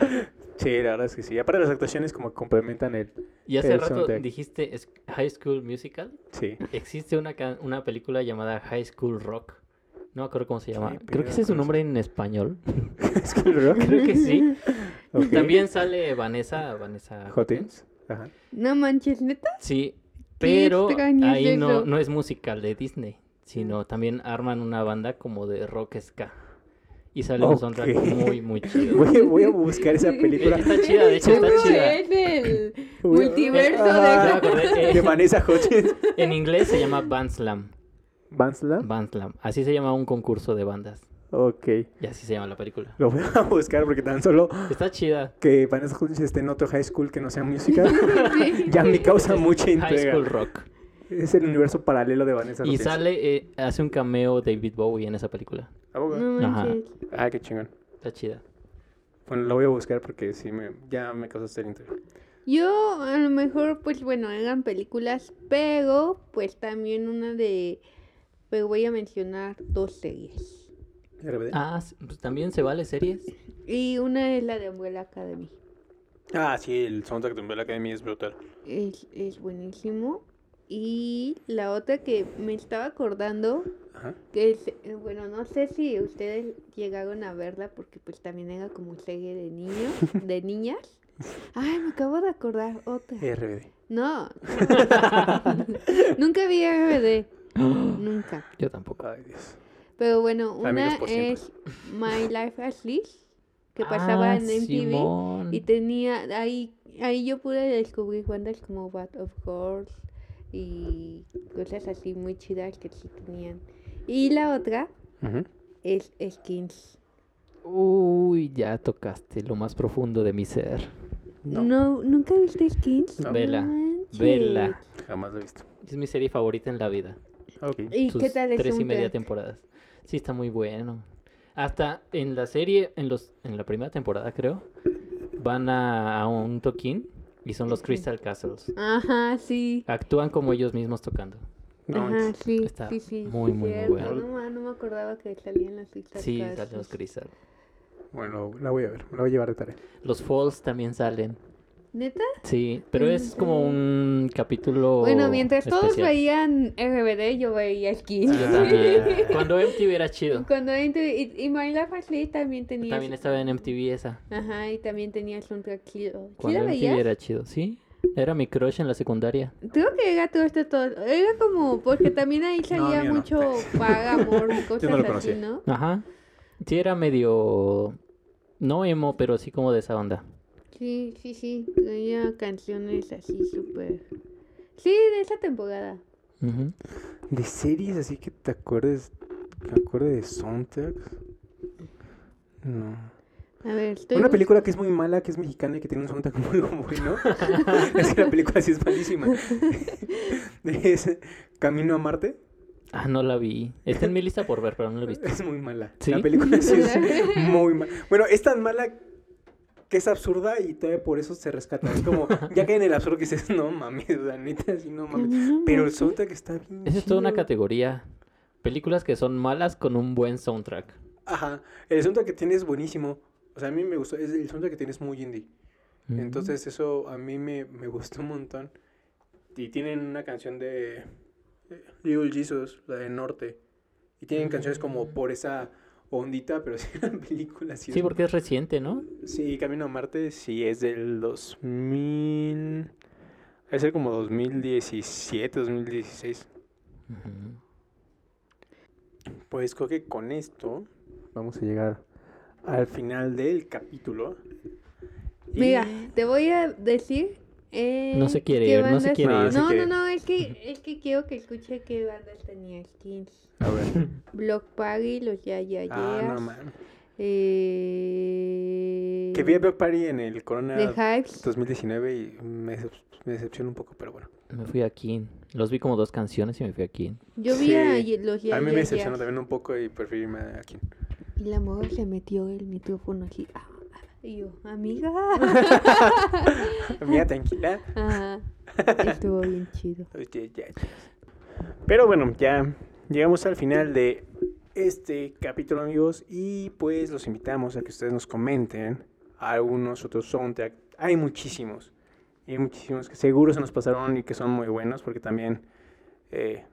B: Sí, la verdad es que sí. Aparte las actuaciones como que complementan el...
C: Y hace
B: El
C: rato
B: soundtrack.
C: dijiste es- High School Musical.
B: Sí.
C: Existe una, ca- una película llamada High School Rock. No me acuerdo cómo se llama.
B: Sí,
C: Creo que
B: pero
C: ese es su
B: ¿cómo se-
C: nombre en español.
B: ¿Escolar Rock?
C: Creo que sí.
B: Ok.
C: También sale Vanessa. Vanessa
B: Hotins. Ajá.
D: No manches, ¿neta?
C: Sí,
D: Qué
C: pero
D: extraño es
C: ahí no,
D: eso. Mm.
C: no es musical de Disney, sino también arman una banda como de rock ska. Y sale un soundtrack
B: Ok.
C: muy, muy chido.
B: Voy, voy a buscar esa película.
C: Está chida, de hecho
D: Yo
C: está
D: creo que
C: chida.
D: Es del
B: Voy a-
D: multiverso
B: Ah,
C: Ya me
D: de.
C: acordé, eh,
B: De Vanessa Hutchins.
C: en inglés se llama Bandslam.
B: ¿Bansla?
C: Bandslam. Así se llama un concurso de bandas.
B: Ok.
C: Y así se llama la película.
B: Lo voy a buscar porque tan solo
C: Está chida.
B: que Vanessa Hutchins esté en otro high school que no sea musical
D: Sí.
B: ya me causa
C: Es
B: mucha
C: High School
B: intriga.
C: Rock.
B: Es el universo paralelo de Vanessa
C: Y
B: Hutchins.
C: sale, eh, hace un cameo David Bowie en esa película.
B: ¿A poco?
D: No
C: Ajá.
D: manches.
B: Ah, qué chingón.
C: Está chida.
B: Bueno, lo voy a buscar porque sí, me, ya me causa ser intriga.
D: Yo a lo mejor, pues bueno, hagan películas, pero pues también una de... Pero voy a mencionar dos series.
B: ¿De repente? Ah.
C: Ah, pues también se vale series.
D: Y una es la de Umbrella Academy.
B: Ah, sí, el soundtrack de Umbrella Academy es brutal.
D: Es, es buenísimo. Y la otra que me estaba acordando,
B: Ajá.
D: que es, eh, bueno, no sé si ustedes llegaron a verla porque pues también era como serie de niños, de niñas. Ay, me acabo de acordar otra.
B: RBD.
D: No. Nunca vi RBD. Nunca.
C: Yo tampoco.
B: Ay, Dios.
D: Pero bueno, una
B: Amigos por siempre.
D: es My Life as Liz, que pasaba
C: Ah,
D: en MTV.
C: Simón.
D: Y tenía, ahí, ahí yo pude descubrir bandas como Bad of Course y cosas así muy chidas que sí tenían. Y la otra
B: Ujú.
D: es Skins.
C: Uy, ya tocaste lo más profundo de mi ser.
D: No.
B: No.
D: ¿Nunca viste Skins?
B: No.
C: Vela,
D: manches.
C: vela.
B: Jamás lo he visto.
C: Es mi serie favorita en la vida.
B: Ok.
D: ¿Y
C: Sus
D: qué tal es
C: tres y media temporadas. Sí, está muy bueno. Hasta en la serie, en los, en la primera temporada creo, van a, a un toquín y son los Crystal Castles.
D: Ajá, sí.
C: Actúan como ellos mismos tocando.
B: No,
D: Ajá, sí,
C: Está
D: sí, sí,
C: muy,
D: sí,
C: muy, muy
D: cierto.
C: bueno.
D: No, ma- no me acordaba que salían las listas.
C: Sí,
D: casas.
C: salen los Crystal.
B: Bueno, la voy a ver. Me la voy a llevar de tarea.
C: Los Falls también salen.
D: ¿Neta?
C: Sí, pero es como un capítulo.
D: bueno, mientras todos
C: Oh, especial.
D: veían RBD, yo veía Skin.
C: Yo también. Ah, Cuando MTV era chido.
D: Cuando entré- y, y My Life as Lee también tenía.
C: También estaba en MTV esa.
D: Ajá, y también tenía soundtrack chido. ¿Sí
C: Cuando
D: lo
C: MTV
D: veías?
C: era chido, sí. Era mi crush en la secundaria.
D: Creo que era todo esto todo. Era como, porque también ahí salía
B: mío no.
D: mucho Pagamor y cosas
B: lo
D: así,
B: conocía.
D: ¿no?
C: Ajá. Sí, era medio. No emo, pero sí como de esa onda.
D: Sí, sí, sí. Tenía canciones así súper. Sí, de esa temporada.
C: Ujú.
B: De series así que te acuerdes, me acuerdo de soundtracks. No.
D: A ver, estoy.
B: Una
D: bus-
B: película que es muy mala, que es mexicana y que tiene un soundtrack muy bueno. es que la película sí es malísima. es Camino a Marte.
C: Ah, no la vi. Está en mi lista por ver, pero no la he visto.
B: Es muy mala.
C: ¿Sí?
B: La película sí es muy mala. Bueno, es tan mala que es absurda y todavía por eso se rescata. Es como, ya que en el absurdo que dices, no mames, o sea, neta, sí, no mames.
D: Camino a
B: Pero el
D: Marte.
B: soundtrack está bien.
C: Esa es toda una
B: chido.
C: categoría. Películas que son malas con un buen soundtrack.
B: Ajá. El soundtrack que tiene es buenísimo. O sea, a mí me gustó. Es, el soundtrack que tiene es muy indie.
C: Ujú.
B: Entonces eso a mí me, me gustó un montón. Y tienen una canción de eh, Little Jesus, la de Norte. Y tienen canciones como por esa ondita, pero sí la película. Sí,
C: Sí,
B: es-
C: porque es reciente, ¿no?
B: sí, Camino a Marte sí es del 2000... Debe ser como 2017, 2016.
C: Ujú.
B: Pues creo que con esto vamos a llegar al final del capítulo. Y-
D: Mira, te voy a decir. eh,
C: No se quiere
D: qué
C: ir, no se
D: bandas-
C: quiere
B: No,
C: ir.
B: se
D: No,
B: quiere.
D: no, no, es que, es que quiero que escuche qué bandas tenía skins.
B: A ver.
D: Block Party, los Ya Ya
B: ah, no
D: Yeahs,
B: mames.
D: eh,
B: Que vi a Block Party en el Corona
D: The Hives.
B: 2019 y me, decep- me decepciona un poco, pero bueno.
C: Me fui a King. Los vi como dos canciones y me fui a King.
D: Yo vi
B: Sí.
D: a ye- los Ya
B: a mí me
D: Ya
B: decepcionó
D: Yeahs.
B: también un poco y preferí irme a King.
D: Y la morra se metió el micrófono así. ah, ah, Y yo, amiga.
B: Mira, tranquila.
D: Ajá, Estuvo bien chido.
B: Oye, Este, ya, ya. Pero bueno, ya llegamos al final de este capítulo, amigos. Y pues los invitamos a que ustedes nos comenten algunos otros soundtrack. Hay muchísimos. Y hay muchísimos que seguro se nos pasaron y que son muy buenos porque también. eh,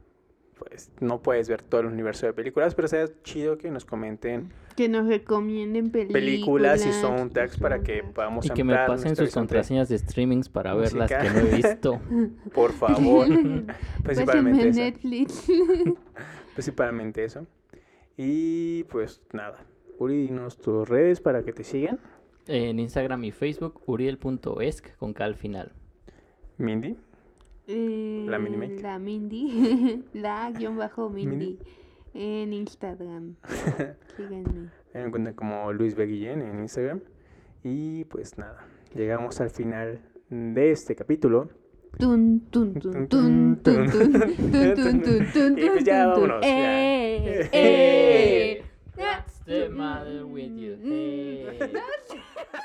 B: pues no puedes ver todo el universo de películas, pero sea chido que nos comenten
D: Que nos recomienden películas.
B: películas y soundtracks para que podamos
C: Y que me
B: ampliar
C: pasen
B: nuestra
C: sus
B: horizonte.
C: contraseñas de streamings para ver las
B: Música.
C: que no he visto.
B: Por favor.
D: Pásenme
B: Pues principalmente eso.
D: Pues Netflix.
B: Principalmente eso. Y pues nada. Uri, dinos tus redes para que te sigan.
C: En Instagram y Facebook, uriel.esc con K al final.
B: Mindy.
D: La
B: Mindy Maid.
D: Eh, La Mindy. La guión bajo
B: Mindy.
D: Mindy. En Instagram. Síganme.
B: Me encuentran como Luis Beguillén en Instagram. Y pues nada. Llegamos al final de este capítulo.
D: Tun, tun,
B: Tun,
D: tun, tun,
B: tun,
D: tun, tun, tun, tun, tun, tun, tun,
B: Y pues ya
D: tun, tun.
B: vámonos, ya.
D: Eh,
B: Hey, Eh.
D: Mm, eh. what's the matter with you? Hey.